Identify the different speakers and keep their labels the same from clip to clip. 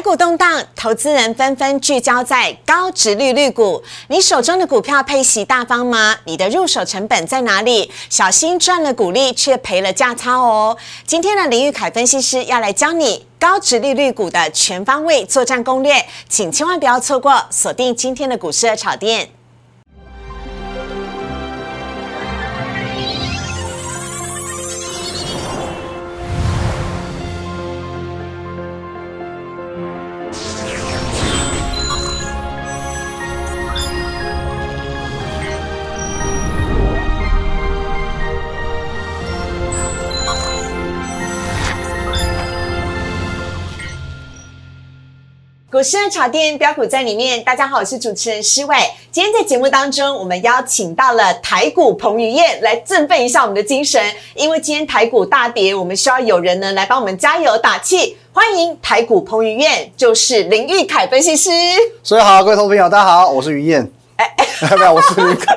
Speaker 1: 股动荡，投资人纷纷聚焦在高值利率股。你手中的股票配息大方吗？你的入手成本在哪里？小心赚了股利却赔了价差哦。今天的林玉凯分析师要来教你高值利率股的全方位作战攻略，请千万不要错过，锁定今天的股市的炒店。股市的炒店标股在里面。大家好，我是主持人施伟。今天在节目当中，我们邀请到了台股彭于晏来振奋一下我们的精神，因为今天台股大跌，我们需要有人呢来帮我们加油打气。欢迎台股彭于晏，就是林玉凯分析师。
Speaker 2: 所以好，各位投资朋友，大家好，我是于燕。哎， 没有，我是于凯。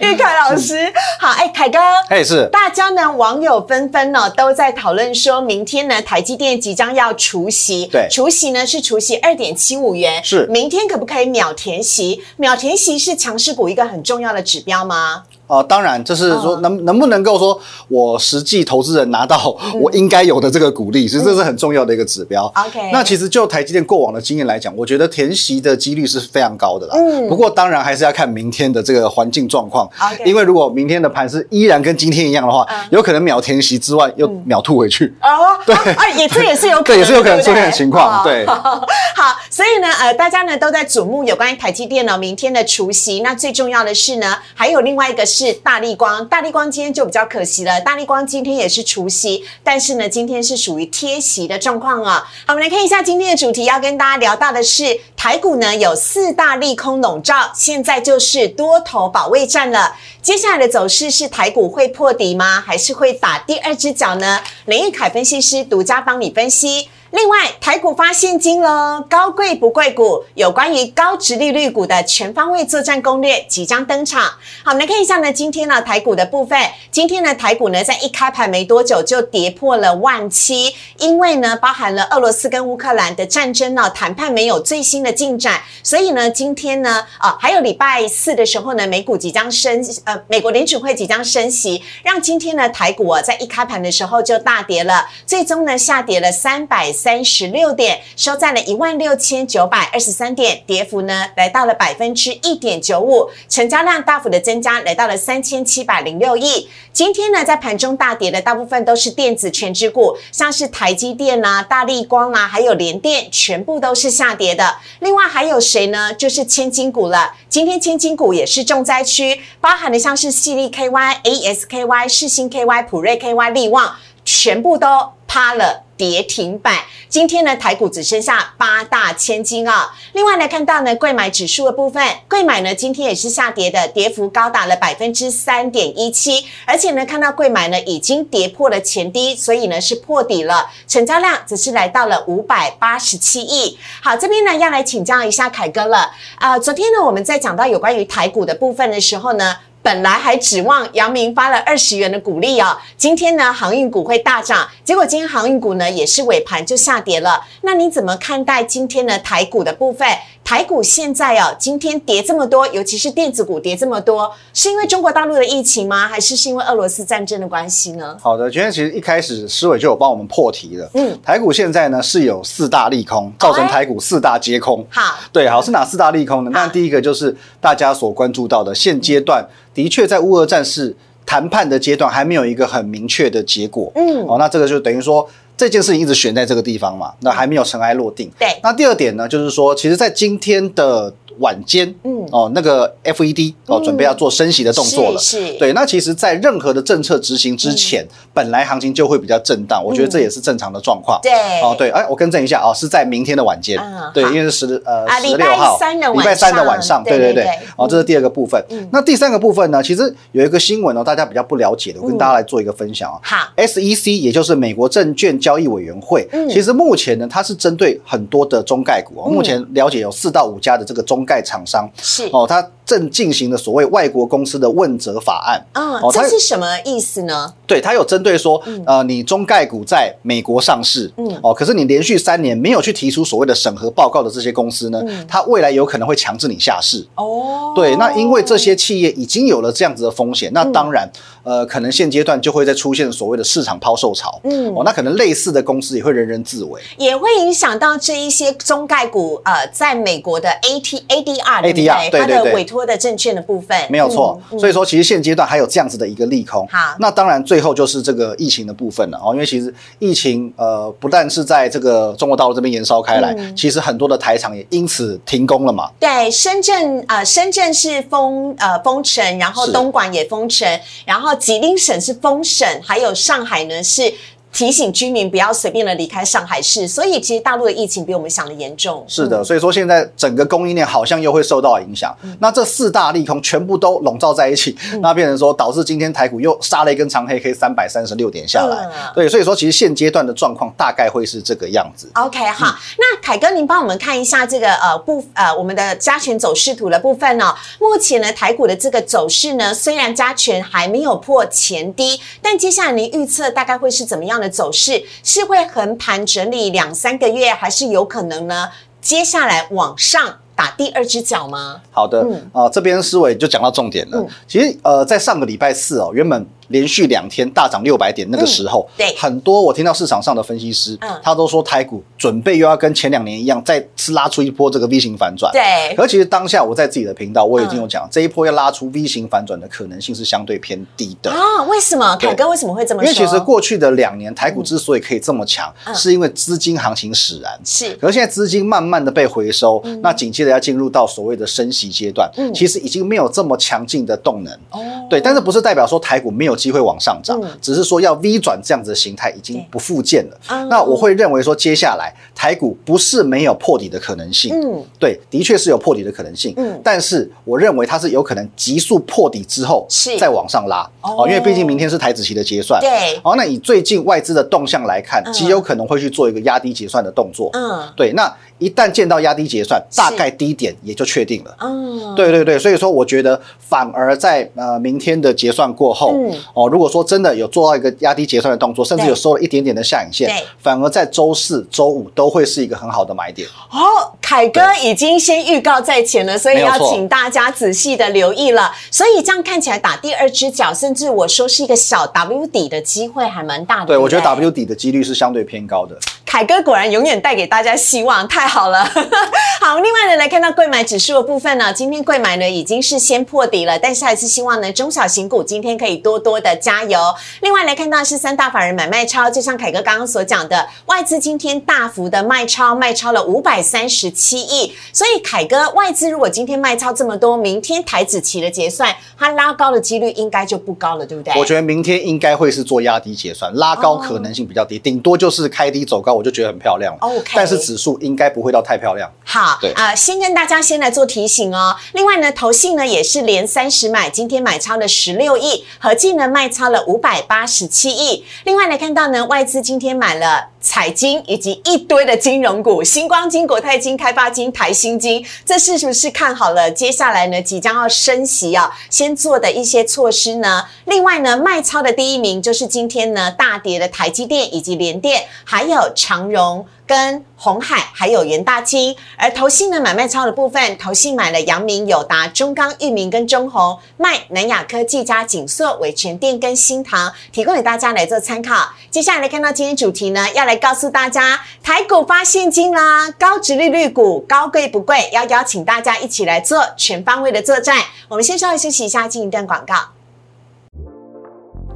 Speaker 1: 玉凯老师，好，哎，凯哥，
Speaker 2: 嘿，是
Speaker 1: 大家呢，网友纷纷呢都在讨论说，明天呢，台积电即将要除息，
Speaker 2: 对
Speaker 1: 除息呢是除息二点七五元，
Speaker 2: 是
Speaker 1: 明天可不可以秒填息？秒填息是强势股一个很重要的指标吗？
Speaker 2: 哦、当然，就是说能、能不能够说我实际投资人拿到我应该有的这个鼓励，其实这是很重要的一个指标。
Speaker 1: OK
Speaker 2: 那其实就台积电过往的经验来讲，我觉得填息的几率是非常高的啦。不过当然还是要看明天的这个环境状况
Speaker 1: OK
Speaker 2: 因为如果明天的盘是依然跟今天一样的话，有可能秒填息之外又秒吐回去。
Speaker 1: 哦，对，啊，也这也是有可能，
Speaker 2: 对也是有可能
Speaker 1: 对哦不对
Speaker 2: 出现的情况对
Speaker 1: 好， 好所以呢，呃，大家呢都在瞩目有关于台积电呢、哦明天的除夕。那最重要的是呢，还有另外一个是大力光，大力光今天就比较可惜了，大力光今天也是除夕，但是呢，今天是属于贴息的状况啊、好，我们来看一下今天的主题，要跟大家聊到的是台股呢有四大利空笼罩，现在就是多头保卫战了。接下来的走势是台股会破底吗？还是会打第二只脚呢？林玉凯分析师独家帮你分析。另外，台股发现金喽，高贵不贵股，有关于高值利率股的全方位作战攻略即将登场。好，我们来看一下呢，今天呢台股的部分，今天呢台股呢在一开盘没多久就跌破了万七，因为呢包含了俄罗斯跟乌克兰的战争呢谈判没有最新的进展，所以呢今天呢啊还有礼拜四的时候呢美股即将升呃美国联储会即将升息，呃让今天呢台股啊在一开盘的时候就大跌了，最终呢下跌了三百三十六点，收在了一万六千九百二十三点，跌幅呢来到了百分之一点九五，成交量大幅的增加，来到了三千七百零六亿。今天呢在盘中大跌的大部分都是电子全指股，像是台积电啦、大力光啊啦、还有联电，全部都是下跌的。另外还有谁呢？就是千金股了。今天千金股也是重灾区，包含的像是系力 KY、ASKY、世星 KY、普瑞 KY、力旺，全部都趴了。跌停板，今天呢，台股只剩下八大千金啊、另外呢，看到呢，贵买指数的部分，贵买呢今天也是下跌的，跌幅高达了百分之三点一七，而且呢，看到贵买呢已经跌破了前低，所以呢是破底了，成交量只是来到了五百八十七亿。好，这边呢要来请教一下凯哥了，啊、昨天呢我们在讲到有关于台股的部分的时候呢。本来还指望阳明发了二十元的股利哦，今天呢航运股会大涨，结果今天航运股呢也是尾盘就下跌了。那你怎么看待今天呢台股的部分？台股现在哦，今天跌这么多，尤其是电子股跌这么多，是因为中国大陆的疫情吗？还是是因为俄罗斯战争的关系呢？
Speaker 2: 好的，今天其实一开始施伟就有帮我们破题了。
Speaker 1: 嗯
Speaker 2: 嗯，台股现在呢是有四大利空，造成台股四大皆空。
Speaker 1: 好，
Speaker 2: 对，好是哪四大利空呢？那第一个就是大家所关注到的，现阶段的确在乌俄战事谈判的阶段还没有一个很明确的结果。
Speaker 1: 嗯
Speaker 2: 哦，那这个就等于说这件事情一直悬在这个地方嘛，那还没有尘埃落定。
Speaker 1: 对
Speaker 2: 那第二点呢，就是说，其实，在今天的晚间，
Speaker 1: 嗯
Speaker 2: 嗯，哦，那个 FED 哦，准备要做升息的动作了。
Speaker 1: 是是
Speaker 2: 对，那其实，在任何的政策执行
Speaker 1: 嗯
Speaker 2: 之前，本来行情就会比较震荡，我觉得这也是正常的状况。
Speaker 1: 对
Speaker 2: 哦，对，哎，我更正一下哦，是在明天的晚间
Speaker 1: 嗯，
Speaker 2: 对，
Speaker 1: 好
Speaker 2: 因为是十呃
Speaker 1: 啊
Speaker 2: 十
Speaker 1: 礼
Speaker 2: 六
Speaker 1: 拜
Speaker 2: 号
Speaker 1: 三的晚上
Speaker 2: 礼拜三的晚上，
Speaker 1: 对
Speaker 2: 对
Speaker 1: 对
Speaker 2: 对对
Speaker 1: 对，嗯
Speaker 2: 哦，这是第二个部分。那第三个部分呢，其实有一个新闻哦，大家比较不了解的，
Speaker 1: 嗯
Speaker 2: 我跟大家来做一个分享啊。
Speaker 1: 好
Speaker 2: SEC 也就是美国证券交易委员会，
Speaker 1: 嗯
Speaker 2: 其实目前呢，它是针对很多的中概股、哦，目前了解有四到五家的这个中概厂商
Speaker 1: 是，
Speaker 2: 哦，它正进行的所谓外国公司的问责法案。
Speaker 1: 嗯，
Speaker 2: 哦它
Speaker 1: 这是什么意思呢？
Speaker 2: 对，它有针对说，呃，你中概股在美国上市，
Speaker 1: 嗯
Speaker 2: 哦，可是你连续三年没有去提出所谓的审核报告的这些公司呢，它未来有可能会强制你下市。
Speaker 1: 嗯哦，嗯
Speaker 2: 对，那因为这些企业已经有了这样子的风险，那当然，呃，可能现阶段就会再出现所谓的市场抛售潮。
Speaker 1: 嗯
Speaker 2: 哦，那可能类似的公司也会人人自危。
Speaker 1: 也会影响到这一些中概股，呃，在美国的 A T A D R 对不
Speaker 2: ADR 对
Speaker 1: 它
Speaker 2: 对
Speaker 1: 的
Speaker 2: 对
Speaker 1: 委托的证券的部分，
Speaker 2: 没有错，
Speaker 1: 嗯
Speaker 2: 所以说其实现阶段还有这样子的一个利空。
Speaker 1: 好
Speaker 2: 那当然最后就是这个疫情的部分了哦，因为其实疫情呃不但是在这个中国大陆这边延烧开来，
Speaker 1: 嗯
Speaker 2: 其实很多的台厂也因此停工了嘛。
Speaker 1: 对，深圳呃，深圳是封呃封城，然后
Speaker 2: 是
Speaker 1: 东莞也封城，然后吉林省是封省，还有上海呢是提醒居民不要随便的离开上海市。所以其实大陆的疫情比我们想的严重。
Speaker 2: 是的，所以说现在整个供应链好像又会受到影响。
Speaker 1: 嗯
Speaker 2: 那这四大利空全部都笼罩在一起，那变成说导致今天台股又杀了一根长黑 K，三百三十六点下来
Speaker 1: 嗯啊。
Speaker 2: 对，所以说其实现阶段的状况大概会是这个样子。
Speaker 1: OK，好，那凯哥，您帮我们看一下这个呃部呃我们的加权走势图的部分哦。目前呢，台股的这个走势呢，虽然加权还没有破前低，但接下来您预测大概会是怎么样的走势？是会横盘整理两三个月，还是有可能呢？接下来往上打第二只脚吗？
Speaker 2: 好的，啊、
Speaker 1: 嗯
Speaker 2: 这边思维就讲到重点了。
Speaker 1: 嗯
Speaker 2: 其实呃，在上个礼拜四哦，原本连续两天大涨六百点那个时候，
Speaker 1: 嗯对
Speaker 2: 很多我听到市场上的分析师，
Speaker 1: 嗯
Speaker 2: 他都说台股准备又要跟前两年一样，再次拉出一波这个 V 型反转。。
Speaker 1: 对，嗯
Speaker 2: 可其实当下我在自己的频道我已经有讲，这一波要拉出 V 型反转的可能性是相对偏低 的。
Speaker 1: 啊，为什么
Speaker 2: 对
Speaker 1: 凯哥为什么会这么
Speaker 2: 因
Speaker 1: 说？
Speaker 2: 为其实过去的两年，台股之所以可以这么强，
Speaker 1: 嗯
Speaker 2: 是因为资金行情使然。
Speaker 1: 是
Speaker 2: 可是现在资金慢慢的被回收，那紧接着要进入到所谓的升息阶段，
Speaker 1: 嗯
Speaker 2: 其实已经没有这么强劲的动能。
Speaker 1: 哦
Speaker 2: 对，但是不是代表说台股没有机会往上涨，
Speaker 1: 嗯
Speaker 2: 只是说要 V 转这样子的形态已经
Speaker 1: 对
Speaker 2: 不复见了。
Speaker 1: 嗯
Speaker 2: 那我会认为说，接下来台股不是没有破底的可能性，
Speaker 1: 嗯
Speaker 2: 对，的确是有破底的可能性，
Speaker 1: 嗯
Speaker 2: 但是我认为它是有可能急速破底之后
Speaker 1: 是
Speaker 2: 再往上拉，
Speaker 1: 哦
Speaker 2: 因为毕竟明天是台子期的结算，
Speaker 1: 对
Speaker 2: 哦，那以最近外资的动向来看，极有可能会去做一个压低结算的动作，
Speaker 1: 嗯
Speaker 2: 对，那一旦见到压低结算，
Speaker 1: 是
Speaker 2: 大概低点也就确定了。
Speaker 1: 嗯，
Speaker 2: 对对对，所以说我觉得反而在呃明天的结算过后，
Speaker 1: 嗯
Speaker 2: 哦，如果说真的有做到一个压低结算的动作，甚至
Speaker 1: 对
Speaker 2: 有收了一点点的下影线
Speaker 1: 对，
Speaker 2: 反而在周四周五都会是一个很好的买点。
Speaker 1: 哦，凯哥已经先预告在前了，所以
Speaker 2: 没有
Speaker 1: 要
Speaker 2: 错
Speaker 1: 请大家仔细的留意了。所以这样看起来打第二只脚，甚至我说是一个小 W 底的机会还蛮大的。
Speaker 2: 对，
Speaker 1: 不
Speaker 2: 我觉得 W 底的几率是相对偏高的。
Speaker 1: 凯哥果然永远带给大家希望，太好了。 好，另外呢，来看到贵买指数的部分呢，今天贵买呢已经是先破底了，但是还是希望呢中小型股今天可以多多的加油。另外来看到是三大法人买卖超，就像凯哥刚刚所讲的，外资今天大幅的卖超，卖超了五百三十七亿，所以凯哥外资如果今天卖超这么多，明天台子期的结算，它拉高的几率应该就不高了，对不对？哦
Speaker 2: 我觉得明天应该会是做压低结算，拉高可能性比较低，顶多就是开低走高，我就觉得很漂亮了。
Speaker 1: OK
Speaker 2: 但是指数应该不会到太漂亮。
Speaker 1: 好，
Speaker 2: 对
Speaker 1: 啊、先跟大家先来做提醒哦。另外呢，投信呢也是连三十买，今天买超了十六亿，合计呢卖超了五百八十七亿。另外来看到呢，外资今天买了彩金以及一堆的金融股，星光金、国泰金、开发金、台新金，这是不是看好了接下来呢即将要升息啊，先做的一些措施呢？另外呢，卖超的第一名就是今天呢大跌的台积电以及联电，还有长荣。跟红海还有元大金，而投信呢买卖超的部分，投信买了阳明、友达、中钢、裕民跟中宏，卖南亚科技、嘉景硕、伟全店跟新唐，提供给大家来做参考。接下来来看到今天主题呢，要来告诉大家台股发现金啦，高值利率股高贵不贵，要邀请大家一起来做全方位的作战。我们先稍微休息一下，进一段广告。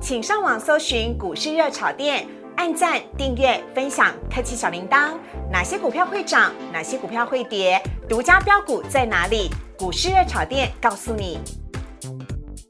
Speaker 1: 请上网搜寻股市热炒店，按赞、订阅、分享，开启小铃铛。哪些股票会涨？哪些股票会跌？独家标股在哪里？股市热炒店告诉你。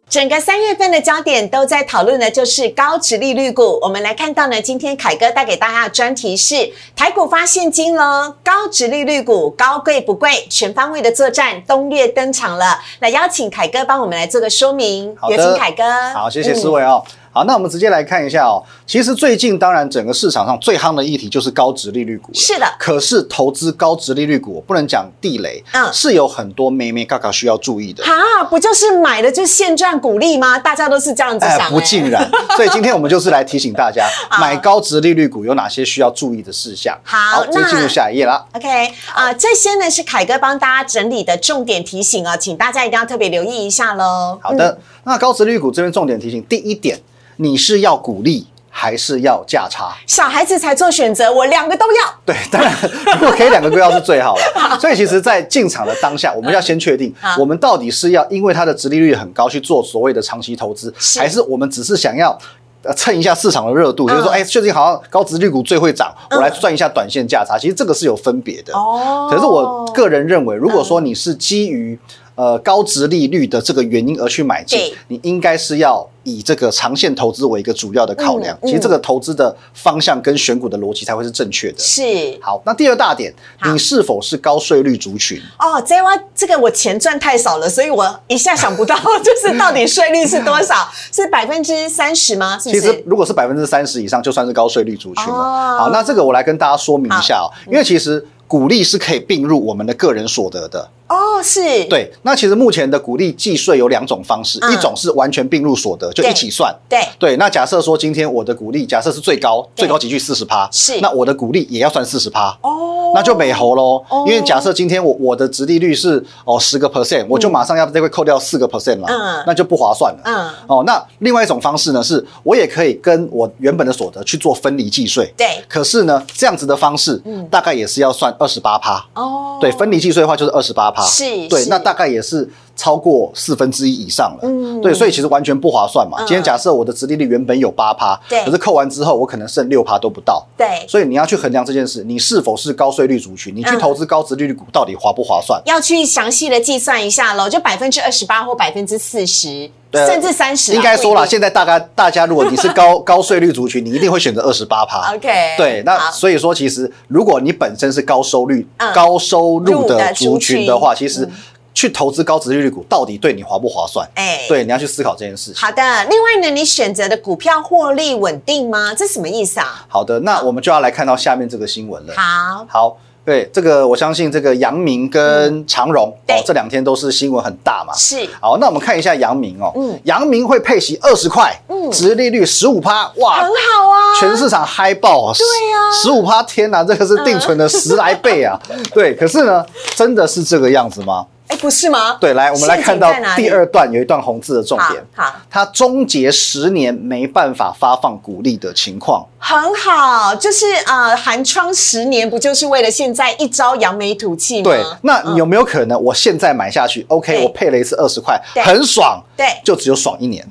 Speaker 1: 整个三月份的焦点都在讨论的就是高值利率股。我们来看到呢，今天凯哥带给大家的专题是台股发现金喽，高值利率股高贵不贵，全方位的作战东略登场了。来邀请凯哥帮我们来做个说明，
Speaker 2: 好
Speaker 1: 有
Speaker 2: 的
Speaker 1: 请凯哥。
Speaker 2: 好，谢谢
Speaker 1: 嗯
Speaker 2: 思维哦。好，那我们直接来看一下哦。其实最近当然整个市场上最夯的议题就是高值利率股了。
Speaker 1: 是的
Speaker 2: 可是投资高值利率股，我不能讲地雷，
Speaker 1: 嗯
Speaker 2: 是有很多妹妹嘎嘎需要注意的。
Speaker 1: 哈，不就是买的就是现赚股利吗？大家都是这样子想、啊
Speaker 2: 哎，不尽然。所以今天我们就是来提醒大 家，买高值利率股有哪些需要注意的事项。
Speaker 1: 好
Speaker 2: 直接进入
Speaker 1: 那
Speaker 2: 下一页啦。
Speaker 1: OK 啊、这些呢是凯哥帮大家整理的重点提醒啊，请大家一定要特别留意一下喽。嗯
Speaker 2: 好的，那高值利率股这边重点提醒，第一点，你是要股利还是要价差？
Speaker 1: 小孩子才做选择，我两个都要。
Speaker 2: 对，当 然，如果可以两个都要是最好了。所以其实，在进场的当下，我们要先确定
Speaker 1: 好，
Speaker 2: 我们到底是要因为它的殖利率很高去做所谓的长期投资，
Speaker 1: 是
Speaker 2: 还是我们只是想要。呃蹭一下市场的热度，就是说，
Speaker 1: 嗯
Speaker 2: 哎，最近好像高殖率股最会涨，我
Speaker 1: 嗯
Speaker 2: 来算一下短线价差。其实这个是有分别的。
Speaker 1: 哦嗯
Speaker 2: 可是我个人认为，如果说你是基于呃高值利率的这个原因而去买进
Speaker 1: 对，
Speaker 2: 你应该是要以这个长线投资为一个主要的考量。
Speaker 1: 嗯嗯
Speaker 2: 其实这个投资的方向跟选股的逻辑才会是正确的。
Speaker 1: 是
Speaker 2: 好，那第二大点，
Speaker 1: 好
Speaker 2: 你是否是高税率族群？
Speaker 1: 哦，这哇，这个我钱赚太少了，所以我一下想不到， 就是到底税率是多少？是百分之三十吗？是不
Speaker 2: 其实
Speaker 1: 是？
Speaker 2: 如果是百分之三十以上，就算是高税率族群
Speaker 1: 哦嗯
Speaker 2: 了。好，那这个我来跟大家说明一下哦，因为其实股利是可以并入我们的个人所得的。
Speaker 1: 哦，是，，
Speaker 2: 对，那其实目前的股利计税有两种方式，
Speaker 1: 嗯
Speaker 2: 一种是完全并入所得，就
Speaker 1: 对
Speaker 2: 一起算。
Speaker 1: 对，
Speaker 2: 对，那假设说今天我的股利假设是最高，
Speaker 1: 对
Speaker 2: 最高级距四十趴，
Speaker 1: 是
Speaker 2: 那我的股利也要算四十趴。
Speaker 1: 哦，
Speaker 2: 那就美猴喽
Speaker 1: 哦，
Speaker 2: 因为假设今天我我的殖利率是哦十个 percent，我就马上要再会扣掉四个 percent 了，
Speaker 1: 嗯
Speaker 2: 那就不划算了。
Speaker 1: 嗯
Speaker 2: 哦，那另外一种方式呢，是我也可以跟我原本的所得去做分离计税。
Speaker 1: 对嗯
Speaker 2: 可是呢，这样子的方式，大概也是要算二十八趴。
Speaker 1: 哦，
Speaker 2: 对，分离计税的话就是二十八趴，
Speaker 1: 是
Speaker 2: 对，
Speaker 1: 是
Speaker 2: 那大概也是超过四分之一以上了，
Speaker 1: 嗯
Speaker 2: 对，所以其实完全不划算嘛。
Speaker 1: 嗯
Speaker 2: 今天假设我的殖利率原本有八趴，
Speaker 1: 对
Speaker 2: 可是扣完之后我可能剩六趴都不到，
Speaker 1: 对，
Speaker 2: 所以你要去衡量这件事，你是否是高税率族群，你去
Speaker 1: 嗯
Speaker 2: 投资高殖利率股到底划不划算？
Speaker 1: 要去详细的计算一下喽，就百分之二十八或百分之四十，
Speaker 2: 呃
Speaker 1: 甚至三十、
Speaker 2: 应该说
Speaker 1: 啊不一
Speaker 2: 啦，
Speaker 1: 定
Speaker 2: 现在大概大家如果你是 高高税率族群，你一定会选择二十八趴。
Speaker 1: OK，
Speaker 2: 对，那
Speaker 1: 好
Speaker 2: 所以说，其实如果你本身是高收率、
Speaker 1: 嗯
Speaker 2: 高收入
Speaker 1: 入的
Speaker 2: 的
Speaker 1: 族
Speaker 2: 族群的话，其实
Speaker 1: 嗯
Speaker 2: 去投资高值利率股到底对你划不划算？
Speaker 1: 哎
Speaker 2: 对，你要去思考这件事情。
Speaker 1: 好的，另外呢，你选择的股票获利稳定吗？这什么意思啊？
Speaker 2: 好的，那我们就要来看到下面这个新闻了。
Speaker 1: 好，
Speaker 2: 好，对这个，我相信这个阳明跟长荣、
Speaker 1: 嗯对
Speaker 2: 哦，这两天都是新闻很大嘛。
Speaker 1: 是
Speaker 2: 好，那我们看一下阳明哦，
Speaker 1: 嗯
Speaker 2: 阳明会配息二十块，
Speaker 1: 嗯
Speaker 2: 殖利率十五趴，哇，
Speaker 1: 很好啊，
Speaker 2: 全市场嗨爆啊！对
Speaker 1: 啊嗯
Speaker 2: 十五趴，天哪，这个是定存的十来倍 啊！对，可是呢，真的是这个样子吗？
Speaker 1: 哎，不是吗？
Speaker 2: 对，来，我们来看到
Speaker 1: 陷阱在哪里
Speaker 2: 第二段有一段红字的重
Speaker 1: 好
Speaker 2: 点，
Speaker 1: 好，
Speaker 2: 它终结十年没办法发放股利的情况。
Speaker 1: 很好，就是呃，寒窗十年不就是为了现在一朝扬眉吐气吗？哦
Speaker 2: 对，那你有没有可能我现在买下去
Speaker 1: 嗯
Speaker 2: ？OK，
Speaker 1: 对
Speaker 2: 我配了一次二十块
Speaker 1: 对，
Speaker 2: 很爽，
Speaker 1: 对
Speaker 2: 就只有爽一年。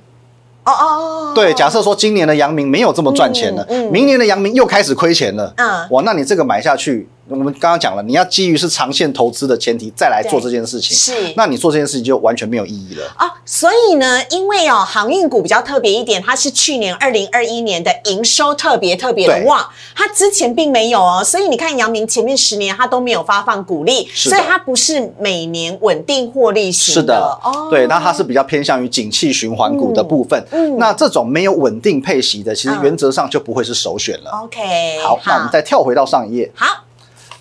Speaker 1: 哦哦，
Speaker 2: 对，假设说今年的阳明没有这么赚钱了
Speaker 1: 嗯嗯，
Speaker 2: 明年的阳明又开始亏钱了，
Speaker 1: 嗯
Speaker 2: 哇，那你这个买下去，我们刚刚讲了，你要基于是长线投资的前提再来做这件事情，
Speaker 1: 是
Speaker 2: 那你做这件事情就完全没有意义了。
Speaker 1: 哦，所以呢，因为哦，航运股比较特别一点，它是去年二零二一年的营收特别特别的
Speaker 2: 对
Speaker 1: 旺，它之前并没有哦，所以你看阳明前面十年它都没有发放股利，
Speaker 2: 是
Speaker 1: 所
Speaker 2: 的
Speaker 1: 以它不是每年稳定获利型
Speaker 2: 是的，
Speaker 1: 哦，
Speaker 2: 对，那它是比较偏向于景气循环股的部分。
Speaker 1: 嗯嗯
Speaker 2: 那这种没有稳定配息的，其实
Speaker 1: 嗯哦
Speaker 2: 原则上就不会是首选了。
Speaker 1: OK，
Speaker 2: 好，那我们再跳回到上一页。
Speaker 1: 好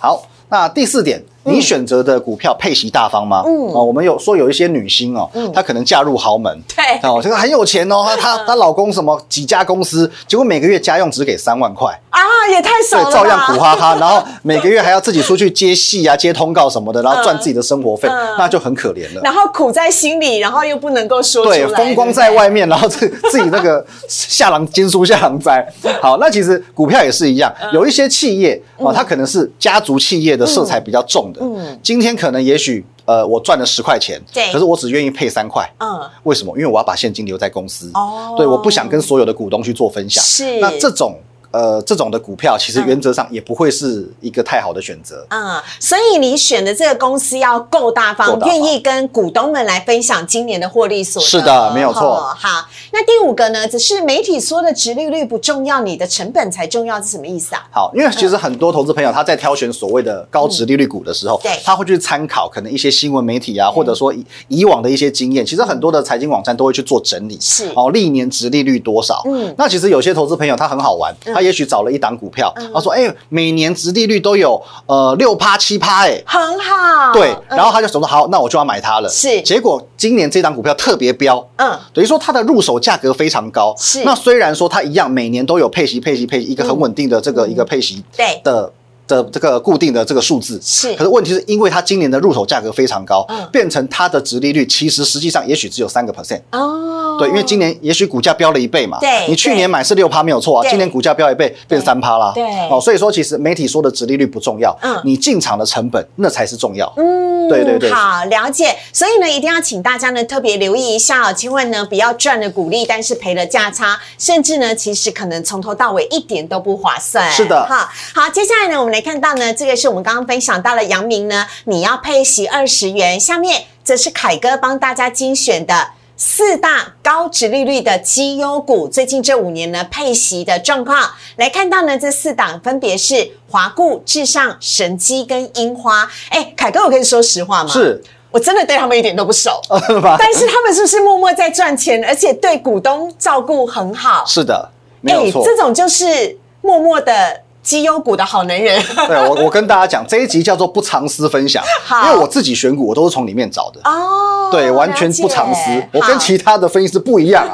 Speaker 2: 好，那第四点，你选择的股票配息大方吗？
Speaker 1: 嗯
Speaker 2: 哦，我们有说有一些女星哦，她可能嫁入豪门，
Speaker 1: 对
Speaker 2: 哦，这个很有 钱哦，她她她老公什么几家公司，结果每个月家用只给三万块，
Speaker 1: 啊，也太少了，
Speaker 2: 对
Speaker 1: 吧，
Speaker 2: 照样苦哈 哈，然后每个月还要自己出去接戏啊、接通告什么的，然后赚自己的生活费，
Speaker 1: 嗯
Speaker 2: 那就很可怜了。
Speaker 1: 然后苦在心里，然后又不能够说出来，
Speaker 2: 对，风光在外面，然后 自自己那个下狼金书下狼灾。好，那其实股票也是一样，
Speaker 1: 嗯
Speaker 2: 有一些企业啊，它可能是家族企业的色彩比较重的。
Speaker 1: 嗯
Speaker 2: 今天可能也许呃，我赚了十块钱，
Speaker 1: 对
Speaker 2: 可是我只愿意配三块。
Speaker 1: 嗯，
Speaker 2: 为什么？因为我要把现金留在公司。
Speaker 1: 哦
Speaker 2: 对，我不想跟所有的股东去做分享。
Speaker 1: 是
Speaker 2: 那这种。呃这种的股票，其实原则上也不会是一个太好的选择。
Speaker 1: 嗯，所以你选的这个公司要够大方
Speaker 2: 够，大方
Speaker 1: 愿意跟股东们来分享今年的获利所得。
Speaker 2: 是的没有错
Speaker 1: 哦好，那第五个呢？只是媒体说的殖利率不重要，你的成本才重要，是什么意思啊？
Speaker 2: 好，因为其实很多投资朋友他在挑选所谓的高值利率股的时候，
Speaker 1: 嗯对嗯
Speaker 2: 他会去参考可能一些新闻媒体啊，或者说以以往的一些经验，其实很多的财经网站都会去做整理，
Speaker 1: 是
Speaker 2: 哦，历年值利率多少？
Speaker 1: 嗯
Speaker 2: 那其实有些投资朋友他很好玩，他也许找了一档股票，
Speaker 1: 嗯
Speaker 2: 他说，哎，每年值利率都有呃六趴七趴，哎，
Speaker 1: 很好，
Speaker 2: 对，
Speaker 1: 嗯
Speaker 2: 然后他就想说好，那我就要买它了。
Speaker 1: 是
Speaker 2: 结果今年这档股票特别飙，
Speaker 1: 嗯，
Speaker 2: 等于说它的入手价格非常高。
Speaker 1: 是嗯
Speaker 2: 那虽然说它一样每年都有配息、配息、配息，一个很稳定的这个、一个配息
Speaker 1: 对
Speaker 2: 的。的这个固定的这个数字
Speaker 1: 是
Speaker 2: 可是问题是因为它今年的入手价格非常高，
Speaker 1: 嗯
Speaker 2: 变成它的值利率其实实际上也许只有三个 percent，
Speaker 1: 哦，
Speaker 2: 对，因为今年也许股价飙了一倍嘛，
Speaker 1: 对
Speaker 2: 你去年买是六趴没有错啊
Speaker 1: 对，
Speaker 2: 今年股价飙一倍变三趴啦，
Speaker 1: 对
Speaker 2: 哦，所以说其实媒体说的殖利率不重要，
Speaker 1: 嗯
Speaker 2: 你进场的成本那才是重要，
Speaker 1: 嗯
Speaker 2: 对对对
Speaker 1: 好了解。所以呢，一定要请大家呢特别留意一下哦，千万呢不要赚了股利，但是赔了价差，甚至呢其实可能从头到尾一点都不划算。
Speaker 2: 是的
Speaker 1: 哈。好，接下来呢，我们来看到呢，这个是我们刚刚分享到了阳明呢，你要配息二十元。下面则是凯哥帮大家精选的。四大高值利率的绩优股，最近这五年呢配息的状况，来看到呢这四档分别是华固、至上、神机跟樱花。哎，凯哥，我可以说实话吗？
Speaker 2: 是，
Speaker 1: 我真的对他们一点都不熟，但是他们是不是默默在赚钱，而且对股东照顾很好？
Speaker 2: 是的，没有错。
Speaker 1: 哎这种就是默默的绩优股的好男 人。
Speaker 2: 对我，我跟大家讲，这一集叫做不藏私分享
Speaker 1: 好，
Speaker 2: 因为我自己选股我都是从里面找的，
Speaker 1: 哦，
Speaker 2: 对，完全
Speaker 1: 了解
Speaker 2: 不藏私，我
Speaker 1: 好
Speaker 2: 跟其他的分析师不一样、啊。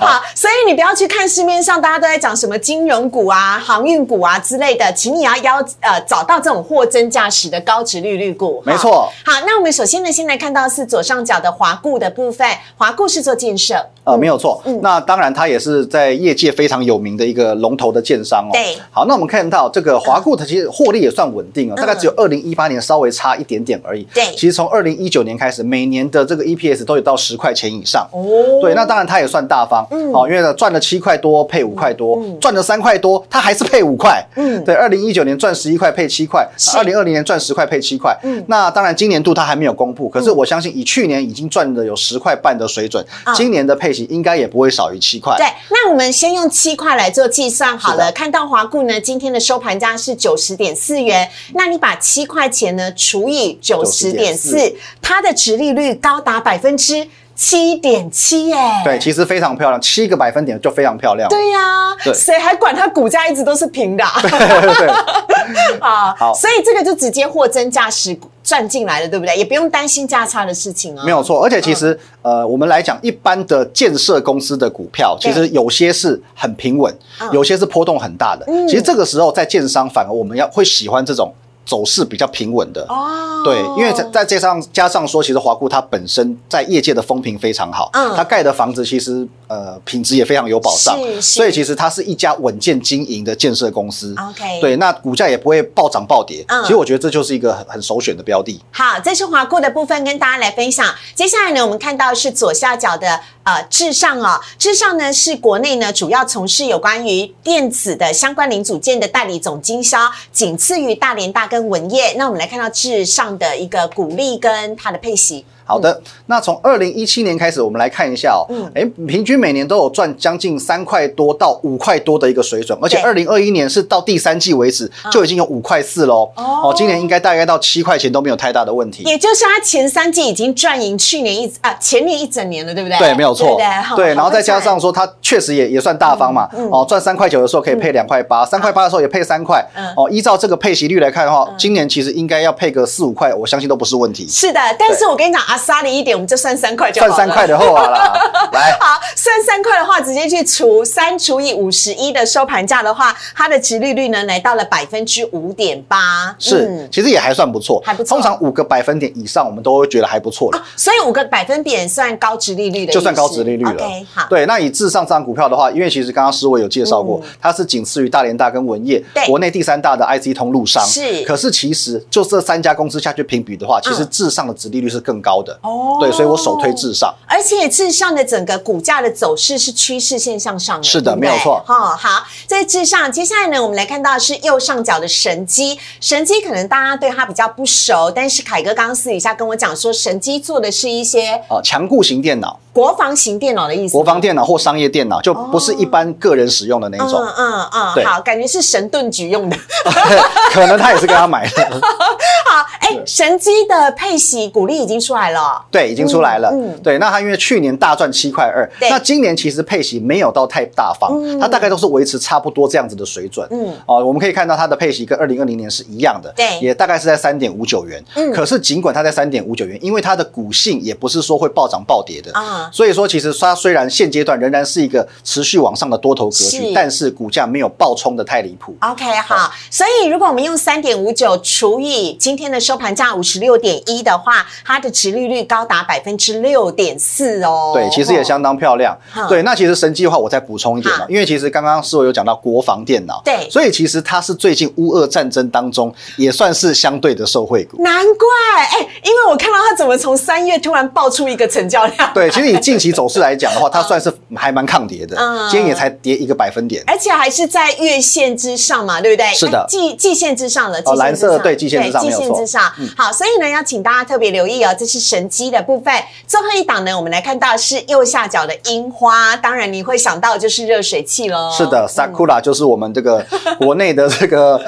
Speaker 1: 好，所以你不要去看市面上大家都在讲什么金融股啊、航运股啊之类的，请你要要呃找到这种货真价实的高值利率股。
Speaker 2: 没
Speaker 1: 哈
Speaker 2: 错
Speaker 1: 好，那我们首先呢，先来看到是左上角的华固的部分，华固是做建设，
Speaker 2: 呃，没有错。
Speaker 1: 嗯
Speaker 2: 那当然，它也是在业界非常有名的一个龙头的建商哦。
Speaker 1: 对
Speaker 2: 好，那我们看到这个华固，它其实获利也算稳定哦，大概只有二零一八年稍微差一点点而已。
Speaker 1: 嗯对
Speaker 2: 其实从二零一九年开始，每年的这个 EPS 都有到十块钱以上。
Speaker 1: 哦嗯
Speaker 2: 对，那当然它也算大方，哦，因为呢赚了七块多配五块多，赚了三块多，它还是配五块，嗯，对，二零一九年赚十一块配七块，
Speaker 1: 是嗯
Speaker 2: 二零二零年赚十块配七块，那当然今年度它还没有公布，可是我相信以去年已经赚的有十块半的水准
Speaker 1: 嗯，
Speaker 2: 今年的配息应该也不会少于七块，
Speaker 1: 对，那我们先用七块来做计算好
Speaker 2: 是
Speaker 1: 了。
Speaker 2: 的
Speaker 1: 看到华固呢，今天的收盘价是九十点四元，那你把七块钱呢除以九十点四
Speaker 2: 90.4，
Speaker 1: 它的值利率高达百分之七点七耶。
Speaker 2: 对，其实非常漂亮，七个百分点就非常漂亮，
Speaker 1: 对呀、
Speaker 2: 对
Speaker 1: 谁还管它股价一直都是平的啊？
Speaker 2: 对，
Speaker 1: 啊
Speaker 2: 好
Speaker 1: 所以这个就直接货真价实赚进来了，对不对？也不用担心价差的事情啊。
Speaker 2: 没有错，而且其实、
Speaker 1: 嗯
Speaker 2: 呃，我们来讲一般的建设公司的股票，
Speaker 1: 对
Speaker 2: 其实有些是很平稳
Speaker 1: 嗯，
Speaker 2: 有些是波动很大的。其实这个时候在建商，反而我们要会喜欢这种走势比较平稳的。
Speaker 1: 哦，
Speaker 2: 对，因为在在这上加上说，其实华固它本身在业界的风评非常好，
Speaker 1: 嗯
Speaker 2: 它盖的房子其实呃品质也非常有保障
Speaker 1: 是，是哦
Speaker 2: 所以其实它是一家稳健经营的建设公司。
Speaker 1: OK
Speaker 2: 对，那股价也不会暴涨暴跌。
Speaker 1: 嗯
Speaker 2: 其实我觉得这就是一个很很首选的标的。
Speaker 1: 好，这是华固的部分跟大家来分享。接下来呢，我们看到是左下角的呃至上哦，至上呢是国内呢主要从事有关于电子的相关零组件的代理总经销，仅次于大连大跟文业。那我们来看到至上的一个股利跟它的配息，
Speaker 2: 好
Speaker 1: 嗯
Speaker 2: 的，那从二零一七年开始，我们来看一下哦，哎、平均每年都有赚将近三块多到五块多的一个水准，而且二
Speaker 1: 对啊
Speaker 2: 零二一年是到第三季为止就已经有五块四喽，
Speaker 1: 哦
Speaker 2: 哦，今年应该大概到七块钱都没有太大的问题。
Speaker 1: 也就是它前三季已经赚赢去年一啊、前年一整年了，对不对？
Speaker 2: 对，没有
Speaker 1: 对
Speaker 2: 错
Speaker 1: 不对，好
Speaker 2: 对，然
Speaker 1: 好嗯
Speaker 2: 后
Speaker 1: 会
Speaker 2: 再加
Speaker 1: 赚
Speaker 2: 上说，它确实也也算大方嘛，哦，赚三块九的时候可以配两块八，三块八的时候也配三块
Speaker 1: 嗯，
Speaker 2: 哦，依照这个配息率来看的话，今年其实应该要配个四五块，我相信都不是问题，
Speaker 1: 是的，但是我跟你讲，阿萨里一点，我们就算三块就好
Speaker 2: 赚
Speaker 1: 了。
Speaker 2: 三块的后啊 啦，来。
Speaker 1: 好，算三块的话，直接去除三除以五十一的收盘价的话，它的值利率呢来到了百分之五点八，
Speaker 2: 是
Speaker 1: 嗯，
Speaker 2: 其实也还算不错，
Speaker 1: 还不错啊
Speaker 2: 通常五个百分点以上，我们都会觉得还不错了。
Speaker 1: 所以五个百分点算高值利率的意思，
Speaker 2: 就算高值利率了
Speaker 1: OK，好，
Speaker 2: 对，那以至上这张股票的话，因为其实刚刚师伟有介绍过，它是仅次于大连大跟文业
Speaker 1: 对，
Speaker 2: 国内第三大的 IC 通路商。
Speaker 1: 是
Speaker 2: 可是其实就这三家公司下去评比的话，其实至上的值利率是更高的。
Speaker 1: 哦
Speaker 2: 对，所以我首推至上。
Speaker 1: 而且至上的整个股价的走势是趋势线向上的，
Speaker 2: 是的
Speaker 1: 对不对
Speaker 2: 没有错
Speaker 1: 哈、好，在至上，接下来呢，我们来看到的是右上角的神机，神机可能大家对它比较不熟，但是凯哥刚刚私底下跟我讲说，神机做的是一些
Speaker 2: 啊，强固型电脑、
Speaker 1: 国防型电脑的意思吗，
Speaker 2: 国防电脑或商业电脑，就不是一般个人使用的那一种
Speaker 1: 哦嗯，嗯嗯，
Speaker 2: 对
Speaker 1: 好，感觉是神盾局用的。
Speaker 2: 可能他也是跟他买的。
Speaker 1: 好，哎，神机的配息股利已经出来了，
Speaker 2: 对，已经出来了。
Speaker 1: 嗯嗯
Speaker 2: 对，那它因为去年大赚七块二，
Speaker 1: 对
Speaker 2: 那今年其实配息没有到太大方，它大概都是维持差不多这样子的水准。
Speaker 1: 嗯
Speaker 2: 嗯，哦，我们可以看到它的配息跟二零二零年是一样的，
Speaker 1: 对
Speaker 2: 也大概是在三点五九元。
Speaker 1: 嗯
Speaker 2: 可是尽管它在三点五九元，因为它的股性也不是说会暴涨暴跌的
Speaker 1: 啊
Speaker 2: 所以说其实它虽然现阶段仍然是一个持续往上的多头格
Speaker 1: 是
Speaker 2: 局，但是股价没有暴冲的太离谱。
Speaker 1: OK，好，所以如果我们用三点五九除以今天的收盘价五十六点一的话，它的值利率高达百分之六点四哦。
Speaker 2: 对，其实也相当漂亮
Speaker 1: 嗯。
Speaker 2: 对，那其实神机的话，我再补充一点嘛
Speaker 1: 好，
Speaker 2: 因为其实刚刚思维有讲到国防电脑，
Speaker 1: 对
Speaker 2: 所以其实它是最近乌俄战争当中也算是相对的受惠股。
Speaker 1: 难怪哎、因为我看到它怎么从三月突然爆出一个成交量，
Speaker 2: 对，其实以近期走势来讲 的话，它算是还蛮抗跌的
Speaker 1: 嗯，哦
Speaker 2: 今天也才跌一个百分点。
Speaker 1: 而且还是在月线之上嘛，对不对？
Speaker 2: 是的哦
Speaker 1: 季季线之上了。季线之
Speaker 2: 蓝色
Speaker 1: 上
Speaker 2: 对季线之上
Speaker 1: 对季
Speaker 2: 没
Speaker 1: 线
Speaker 2: 有错嗯
Speaker 1: 之上。好，所以呢，要请大家特别留意哦，这是神机的部分。最后一档呢，我们来看到是右下角的樱花，当然你会想到就是热水器喽。
Speaker 2: 是的，Sakura 就是我们这个国内的这个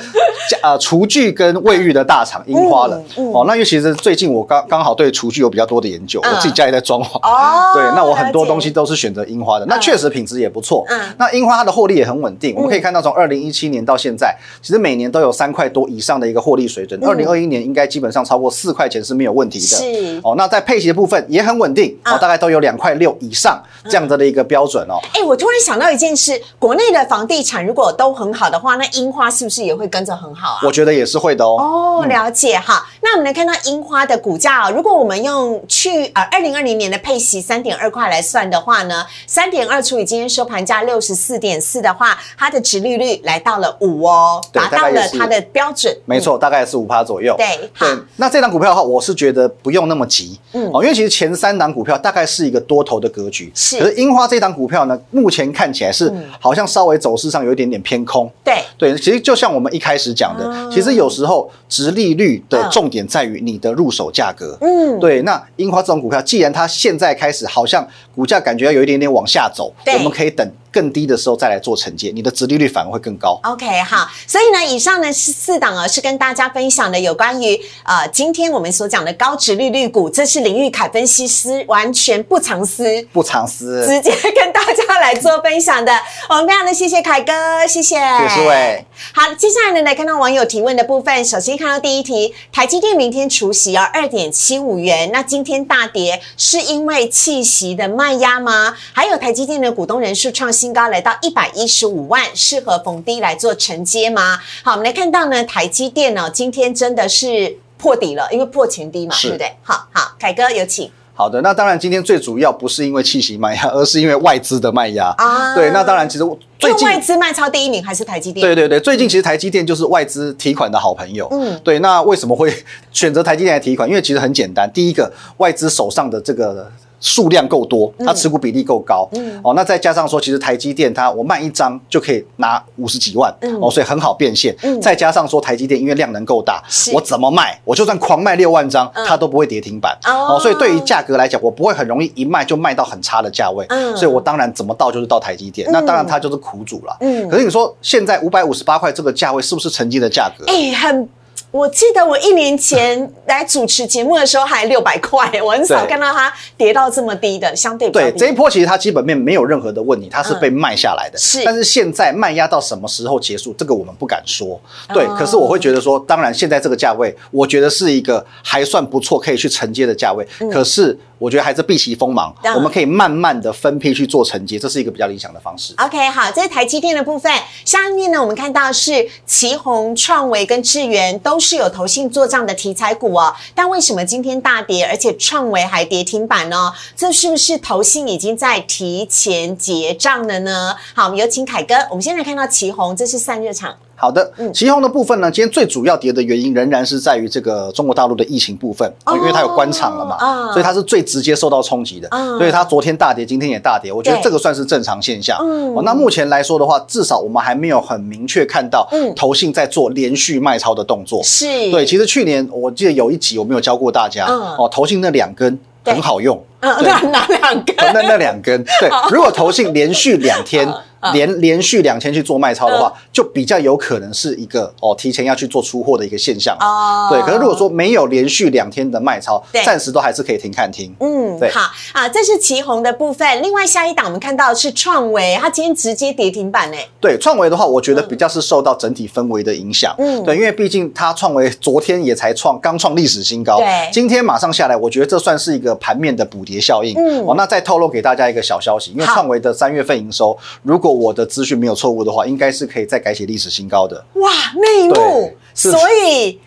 Speaker 2: 家呃厨具跟卫浴的大厂樱花了
Speaker 1: 嗯嗯
Speaker 2: 哦。那因为其实最近我刚刚好对厨具有比较多的研究，
Speaker 1: 嗯
Speaker 2: 我自己家里在装潢，
Speaker 1: 哦，
Speaker 2: 对，那我很多
Speaker 1: 了解
Speaker 2: 东西都是选择樱花的，那确实品质也不错。
Speaker 1: 嗯
Speaker 2: 那樱花它的获利也很稳定，我们可以看到从二零一七年到现在，其实每年都有三块多以上的一个获利水准。
Speaker 1: 嗯
Speaker 2: 二零二一年应该基本上超过四块钱是没有问题的。
Speaker 1: 是
Speaker 2: 哦，那在配息的部分也很稳定，
Speaker 1: 嗯
Speaker 2: 哦，大概都有两块六以上这样子的一个标准哦。
Speaker 1: 哎、我突然想到一件事，国内的房地产如果都很好的话，那樱花是不是也会跟着很好啊？
Speaker 2: 我觉得也是会的哦。
Speaker 1: 哦，了解哈。那我们来看到樱花的股价哦，如果我们用去呃二零二零年的配息三点二块来算的话呢，三点二除以今天收盘价六十四点四的话，它的值利率来到了五哦，
Speaker 2: 对
Speaker 1: 达到
Speaker 2: 大概
Speaker 1: 了
Speaker 2: 也是
Speaker 1: 它的标准。嗯
Speaker 2: 没错，大概是五趴左右。
Speaker 1: 对
Speaker 2: 对
Speaker 1: 好，
Speaker 2: 那这档股票的话，我是觉得不用那么急，
Speaker 1: 嗯
Speaker 2: 嗯，哦，因为其实前三档股票大概是一个多头的格局，
Speaker 1: 是嗯
Speaker 2: 可是樱花这档股票呢，目前看起来是好像稍微走势上有一点点偏空。
Speaker 1: 对，
Speaker 2: 对，其实就像我们一开始讲的，
Speaker 1: 啊
Speaker 2: 其实有时候值利率的
Speaker 1: 嗯
Speaker 2: 重点在于你的入手价格。
Speaker 1: 嗯，
Speaker 2: 对，那樱花这种股票，既然它现在开始好像股价感觉有一点点往下走，
Speaker 1: 对
Speaker 2: 我们可以等更低的时候再来做承接，你的值利率反而会更高。
Speaker 1: OK，好，所以呢，以上呢是四档啊，是跟大家分享的有关于呃，今天我们所讲的高值利率股，这是林玉凯分析师完全不藏私，
Speaker 2: 不藏私，
Speaker 1: 直接跟大家来做分享的。 我们非常的谢谢凯哥，谢谢，
Speaker 2: 谢谢四位。
Speaker 1: 好，接下来呢，来看到网友提问的部分。首先看到第一题，台积电明天除息要二点七五元，那今天大跌是因为气息的卖压吗？还有台积电的股东人数创新高，来到一百一十五万，适合逢低来做承接吗？好，我们来看到呢，台积电呢、今天真的是破底了，因为破前低嘛，
Speaker 2: 是
Speaker 1: 对不对？好好，凯哥有请
Speaker 2: 好的，那当然今天最主要不是因为气息卖压，而是因为外资的卖压。
Speaker 1: 啊。
Speaker 2: 对，那当然，其实我最
Speaker 1: 因为
Speaker 2: 近
Speaker 1: 外资卖超第一名还是台积电。
Speaker 2: 对对对，最近其实台积电就是外资提款的好朋友。
Speaker 1: 嗯
Speaker 2: 嗯，对，那为什么会 选择台积电来提款？因为其实很简单，第一个，外资手上的这个。数量够多，它持股比例够高，哦，那再加上说，其实台积电它我卖一张就可以拿五十几万，哦，所以很好变现。再加上说台积电因为量能够大
Speaker 1: 是，
Speaker 2: 我怎么卖，我就算狂卖六万张，它都不会跌停板，
Speaker 1: 哦
Speaker 2: 嗯哦，所以对于价格来讲，我不会很容易一卖就卖到很差的价位
Speaker 1: 嗯，
Speaker 2: 所以我当然怎么到就是到台积电，那当然它就是苦主了，
Speaker 1: 嗯
Speaker 2: 嗯，可是你说现在五百五十八块这个价位是不是曾经的价格？
Speaker 1: 哎、很。我记得我一年前来主持节目的时候还六百块，我很少
Speaker 2: 对
Speaker 1: 看到它跌到这么低的，相对比较
Speaker 2: 对
Speaker 1: 低
Speaker 2: 这一波，其实它基本面没有任何的问题，它是被卖下来的。
Speaker 1: 嗯是
Speaker 2: 但是现在卖压到什么时候结束，这个我们不敢说。对
Speaker 1: 哦，
Speaker 2: 可是我会觉得说，当然现在这个价位，我觉得是一个还算不错可以去承接的价位。可是我觉得还是避其锋芒
Speaker 1: 嗯，
Speaker 2: 我们可以慢慢的分批去做承接，这是一个比较理想的方式。
Speaker 1: OK，好，这是台积电的部分。下面呢，我们看到是旗宏、创维跟智源都是有投信做账的题材股哦。但为什么今天大跌，而且创维还跌停板呢？这是不是投信已经在提前结账了呢？好，我们有请凯哥。我们先来看到旗宏，这是散热厂。
Speaker 2: 好的，
Speaker 1: 嗯
Speaker 2: 旗红的部分呢，今天最主要跌的原因仍然是在于这个中国大陆的疫情部分，
Speaker 1: 哦
Speaker 2: 因为它有关厂了
Speaker 1: 啊
Speaker 2: 嘛，所以它是最直接受到冲击的
Speaker 1: 嗯，
Speaker 2: 所以它昨天大跌，今天也大跌，我觉得
Speaker 1: 对
Speaker 2: 这个算是正常现象。
Speaker 1: 嗯
Speaker 2: 哦，那目前来说的话，至少我们还没有很明确看到
Speaker 1: 嗯
Speaker 2: 投信在做连续卖超的动作。
Speaker 1: 是，
Speaker 2: 对，，其实去年我记得有一集我没有教过大家，
Speaker 1: 嗯
Speaker 2: 哦，投信那两根
Speaker 1: 对
Speaker 2: 很好用。
Speaker 1: 嗯，
Speaker 2: 对
Speaker 1: 那哪两个？
Speaker 2: 哦那那两根，对，如果投信连续两天连连续两天去做卖超的
Speaker 1: 嗯
Speaker 2: 话，就比较有可能是一个哦提前要去做出货的一个现象。
Speaker 1: 哦
Speaker 2: 对，可是如果说没有连续两天的卖超
Speaker 1: 对，
Speaker 2: 暂时都还是可以停看停。
Speaker 1: 嗯，
Speaker 2: 对
Speaker 1: 好啊，这是旗红的部分。另外下一档我们看到是创维，它今天直接跌停板欸诶。
Speaker 2: 对创维的话，我觉得比较是受到整体氛围的影响。
Speaker 1: 嗯
Speaker 2: 对，因为毕竟它创维昨天也才创刚创历史新高，
Speaker 1: 对
Speaker 2: 今天马上下来，我觉得这算是一个盘面的补跌效应。
Speaker 1: 嗯
Speaker 2: 哦，那再透露给大家一个小消息，因为
Speaker 1: 好
Speaker 2: 创维的三月份营收，如果我的资讯没有错误的话，应该是可以再改写历史新高的。
Speaker 1: 哇，内幕
Speaker 2: 对，是
Speaker 1: 所以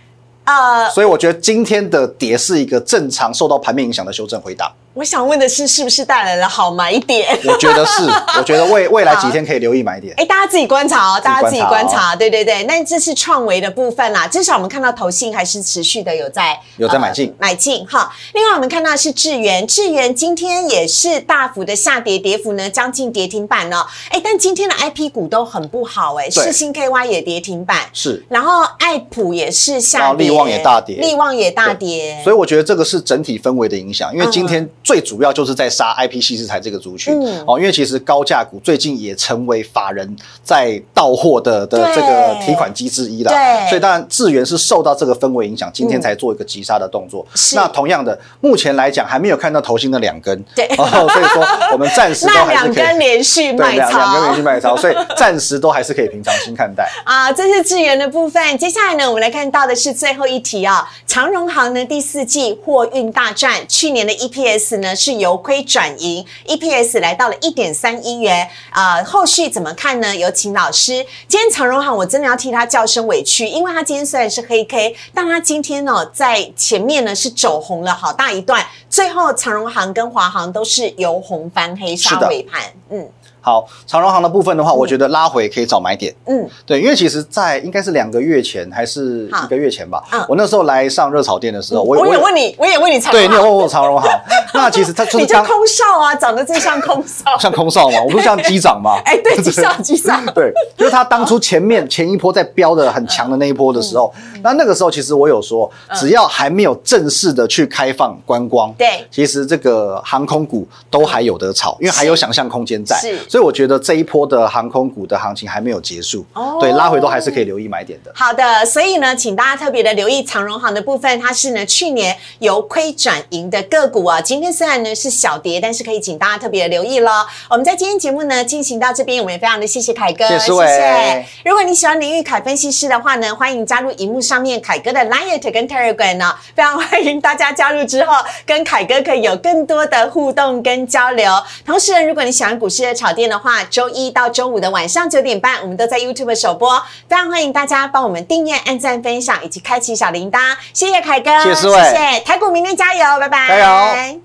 Speaker 1: 呃，
Speaker 2: 所以我觉得今天的跌是一个正常受到盘面影响的修正回档，
Speaker 1: 我想问的是，是不是带来了好买点？
Speaker 2: 我觉得是，我觉得未未来几天可以留意买点。
Speaker 1: 哎，大家自己观察哦，大家自己观
Speaker 2: 自己观
Speaker 1: 察，对对对。那这是创维的部分啦，至少我们看到投信还是持续的有在
Speaker 2: 有在买进
Speaker 1: 呃买进哈。另外我们看到是智源，智源今天也是大幅的下跌，跌幅呢将近跌停板哦。哎，但今天的 I P 股都很不好哎，
Speaker 2: 对
Speaker 1: 世新 K Y 也跌停板，
Speaker 2: 是，
Speaker 1: 然后爱普也是
Speaker 2: 然
Speaker 1: 下
Speaker 2: 后
Speaker 1: 跌，
Speaker 2: 力旺也大跌
Speaker 1: 力旺也大跌，
Speaker 2: 所
Speaker 1: 以
Speaker 2: 以我觉得这个是整体氛围的影响，因为今天最主要就是在杀 IP 系制裁这个族群、
Speaker 1: 嗯
Speaker 2: 哦，因为其实高价股最近也成为法人在到货的的
Speaker 1: 对
Speaker 2: 这个提款机之一啦，
Speaker 1: 对
Speaker 2: 所以当然智源是受到这个氛围影响，今天才做一个急杀的动作。
Speaker 1: 嗯是
Speaker 2: 那同样的，目前来讲还没有看到头型的两根，
Speaker 1: 对
Speaker 2: 哦，所以说我们暂时都
Speaker 1: 那
Speaker 2: 还是
Speaker 1: 两
Speaker 2: 可以
Speaker 1: 根连续
Speaker 2: 对
Speaker 1: 卖
Speaker 2: 两两根
Speaker 1: 超
Speaker 2: 连续。卖超，所以暂时都还是可以平常心看待。
Speaker 1: 啊，这是智源的部分。接下来呢，我们来看到的是最后一题啊、长荣航呢第四季货运大战，去年的 EPS 呢是由亏转盈，EPS 来到了一点三一元啊、后续怎么看呢？有请老师。今天长荣航我真的要替他叫声委屈，因为他今天虽然是黑 K，但他今天哦在前面呢是走红了好大一段，最后长荣航跟华航都是由红翻黑
Speaker 2: 是
Speaker 1: 杀
Speaker 2: 的
Speaker 1: 尾盘。嗯
Speaker 2: 好，长荣行的部分的话，我觉得拉回可以找买点。
Speaker 1: 嗯，
Speaker 2: 对，因为其实，在应该是两个月前还是
Speaker 1: 好
Speaker 2: 一个月前吧
Speaker 1: 嗯，
Speaker 2: 我那时候来上热炒店的时候，啊我
Speaker 1: 我也问你，我也问你长荣
Speaker 2: 对
Speaker 1: 航
Speaker 2: 你有问我 长荣行，那其实它就
Speaker 1: 你
Speaker 2: 是
Speaker 1: 就
Speaker 2: 刚
Speaker 1: 空少啊，长得最像空少。
Speaker 2: 像空少嘛，我不是像机长嘛，
Speaker 1: 哎， 对，机少机少，
Speaker 2: 对，就是他当初前面前一波在飙的很强的那一波的时候，
Speaker 1: 嗯
Speaker 2: 那那个时候其实我有说，只要还没有正式的去开放观光，
Speaker 1: 对
Speaker 2: 其实这个航空股都还有得炒，因为还有想象空间在
Speaker 1: 是，
Speaker 2: 所以我觉得这一波的航空股的行情还没有结束
Speaker 1: 哦，
Speaker 2: 对，拉回都还是可以留意买点的。
Speaker 1: 好的，所以呢，请大家特别的留意长荣行的部分，它是呢去年由亏转盈的个股啊。今天虽然呢是小跌，但是可以请大家特别的留意喽。我们在今天节目呢进行到这边，我们也非常的谢谢凯哥，
Speaker 2: 谢谢思维
Speaker 1: 如果你喜欢林玉凯分析师的话呢，欢迎加入荧幕上面凯哥的 Liet 跟 Telegram 呢、非常欢迎大家加入之后，跟凯哥可以有更多的互动跟交流。同时呢，如果你喜欢股市的炒店的话，周一到周五的晚上九点半，我们都在 YouTube 首播，非常欢迎大家帮我们订阅、按赞、分享以及开启小铃铛。谢谢凯哥，
Speaker 2: 谢谢思维
Speaker 1: 谢谢台股，明天加油，拜拜，
Speaker 2: 加油。